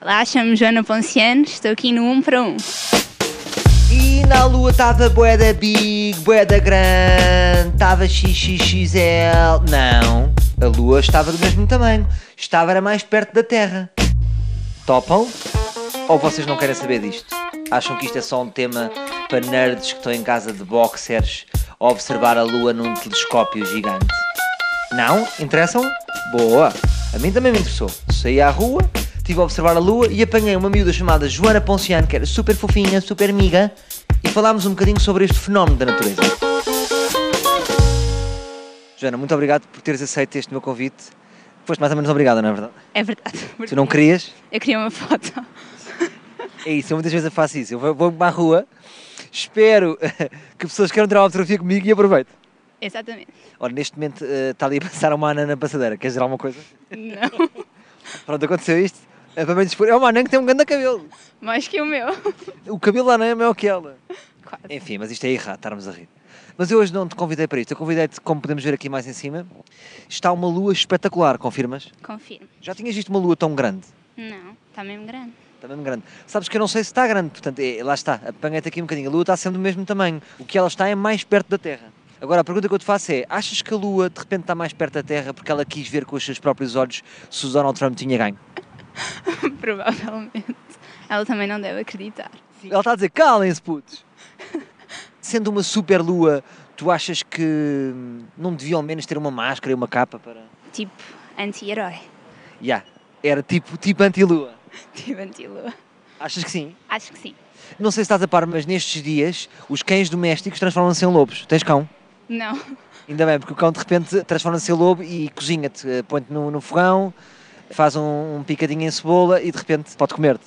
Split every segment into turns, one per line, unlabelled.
Olá, chamo-me Joana Ponciano, estou aqui no 1 para 1.
E na lua estava boeda big, boeda grande, estava XXXL. Não, a lua estava do mesmo tamanho, estava era mais perto da Terra. Topam? Ou vocês não querem saber disto? Acham que isto é só um tema para nerds que estão em casa de boxers a observar a lua num telescópio gigante? Não? Interessam? Boa! A mim também me interessou. Saí à rua, estive a observar a lua e apanhei uma miúda chamada Joana Ponciano, que era super fofinha, super amiga, e falámos um bocadinho sobre este fenómeno da natureza. Joana, muito obrigado por teres aceito este meu convite. Foste mais ou menos obrigada, não é verdade?
É verdade.
Tu não querias?
Eu queria uma foto.
É isso, eu muitas vezes faço isso. Eu vou- vou-me para a rua, espero que pessoas queiram tirar uma fotografia comigo e aproveito.
Exatamente.
Olha, neste momento eh, está ali a passar uma anã na passadeira. Queres dizer alguma coisa?
Não.
Pronto, aconteceu isto. É para me dispor. É uma anã que tem um grande cabelo.
Mais que o meu.
O cabelo da anã é maior que ela.
Quase.
Enfim, mas isto é errado, estarmos a rir. Mas eu hoje não te convidei para isto. Eu convidei-te, como podemos ver aqui mais em cima, está uma lua espetacular, confirmas?
Confirmo.
Já tinhas visto uma lua tão grande?
Não, está mesmo grande.
Está mesmo grande. Sabes que eu não sei se está grande, portanto, é, lá está, apanhei-te aqui um bocadinho. A Lua está sempre do mesmo tamanho. O que ela está é mais perto da Terra. Agora, a pergunta que eu te faço é: achas que a Lua de repente está mais perto da Terra porque ela quis ver com os seus próprios olhos se o Donald Trump tinha ganho?
Provavelmente. Ela também não deve acreditar.
Ela está a dizer: calem-se, putos! Sendo uma super Lua, tu achas que hum, não deviam ao menos ter uma máscara e uma capa para.
Tipo anti-herói.
Já, era tipo, tipo anti-Lua.
Tipo anti-lua.
Achas que sim?
Acho que sim.
Não sei se estás a par, mas nestes dias os cães domésticos transformam-se em lobos. Tens cão?
Não.
Ainda bem, porque o cão de repente transforma-se em lobo e cozinha-te, eh, põe-te no, no fogão, faz um, um picadinho em cebola e de repente pode comer-te.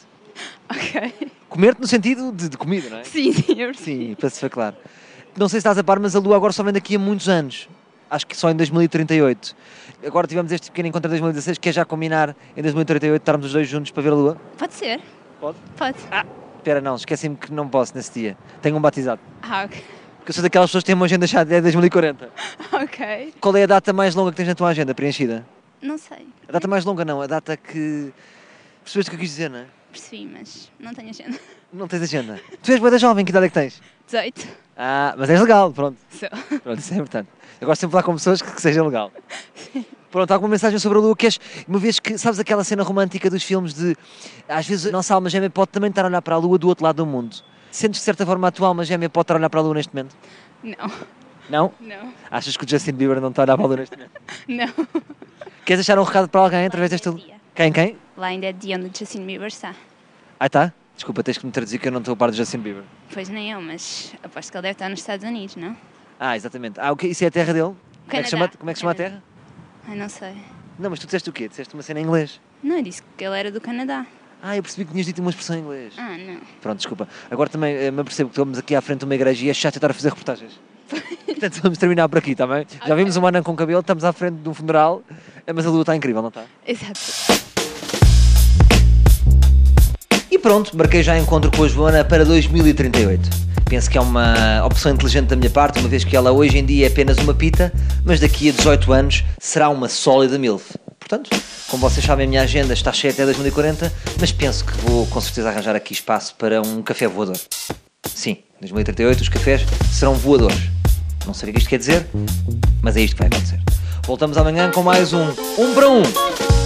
Ok.
Comer-te no sentido de, de comida, não é?
Sim, sim, eu percebi.
Sim, para se ficar claro. Não sei se estás a par, mas a Lua agora só vem daqui a muitos anos. Acho que só em 2038. Agora tivemos este pequeno encontro em 2016, que é já combinar em 2038 estarmos os dois juntos para ver a Lua.
Pode ser?
Pode?
Pode.
Espera, não, esqueci-me que não posso nesse dia. Tenho um batizado.
Ah, ok.
Porque eu sou daquelas pessoas que têm uma agenda é já de 2040.
Ok.
Qual é a data mais longa que tens na tua agenda preenchida?
Não sei.
A data mais longa não, a data que. Percebeste o que eu quis dizer, não é?
Percebi, mas não tenho agenda.
Não tens agenda. Tu és boa jovem, que idade é que tens?
18.
Ah, mas és legal, pronto.
Sou.
Pronto, isso é importante. Eu gosto sempre de falar com pessoas que, que seja legal. Pronto, alguma mensagem sobre a lua que és, uma vez que, sabes aquela cena romântica dos filmes de, às vezes a nossa alma gêmea pode também estar a olhar para a lua do outro lado do mundo. Sentes que, de certa forma, a tua alma gêmea pode estar a olhar para a lua neste momento?
Não.
Não?
Não.
Achas que o Justin Bieber não está a olhar para a lua neste momento?
Não.
Queres deixar um recado para alguém através desta... Quem, quem?
Lá ainda é de onde o Justin Bieber está.
Ah, tá. Desculpa, tens que me traduzir que eu não estou a par do Justin Bieber.
Pois nem eu, mas aposto que ele deve estar nos Estados Unidos, não?
Ah, exatamente. Ah, ok, isso é a terra dele? Como é que,
Canadá.
chama, como é que se chama a
Canadá.
terra?
Ai, não sei.
Não, mas tu disseste o quê? Disseste uma cena em inglês.
Não, eu disse que ele era do Canadá.
Ah, eu percebi que tinhas dito uma expressão em inglês.
Ah, não.
Pronto, desculpa. Agora também eh, me percebo que estamos aqui à frente de uma igreja e é chato eu estar a fazer reportagens. Portanto, vamos terminar por aqui, está bem? Já vimos uma anã com cabelo, estamos à frente de um funeral, eh, mas a lua está incrível, não está?
Exato.
E pronto, marquei já encontro com a Joana para 2038. Penso que é uma opção inteligente da minha parte, uma vez que ela hoje em dia é apenas uma pita, mas daqui a 18 anos será uma sólida MILF. Portanto, como vocês sabem, a minha agenda está cheia até 2040, mas penso que vou com certeza arranjar aqui espaço para um café voador. Sim, em 2038 os cafés serão voadores. Não sei o é que isto quer dizer, mas é isto que vai acontecer. Voltamos amanhã com mais um 1 para 1.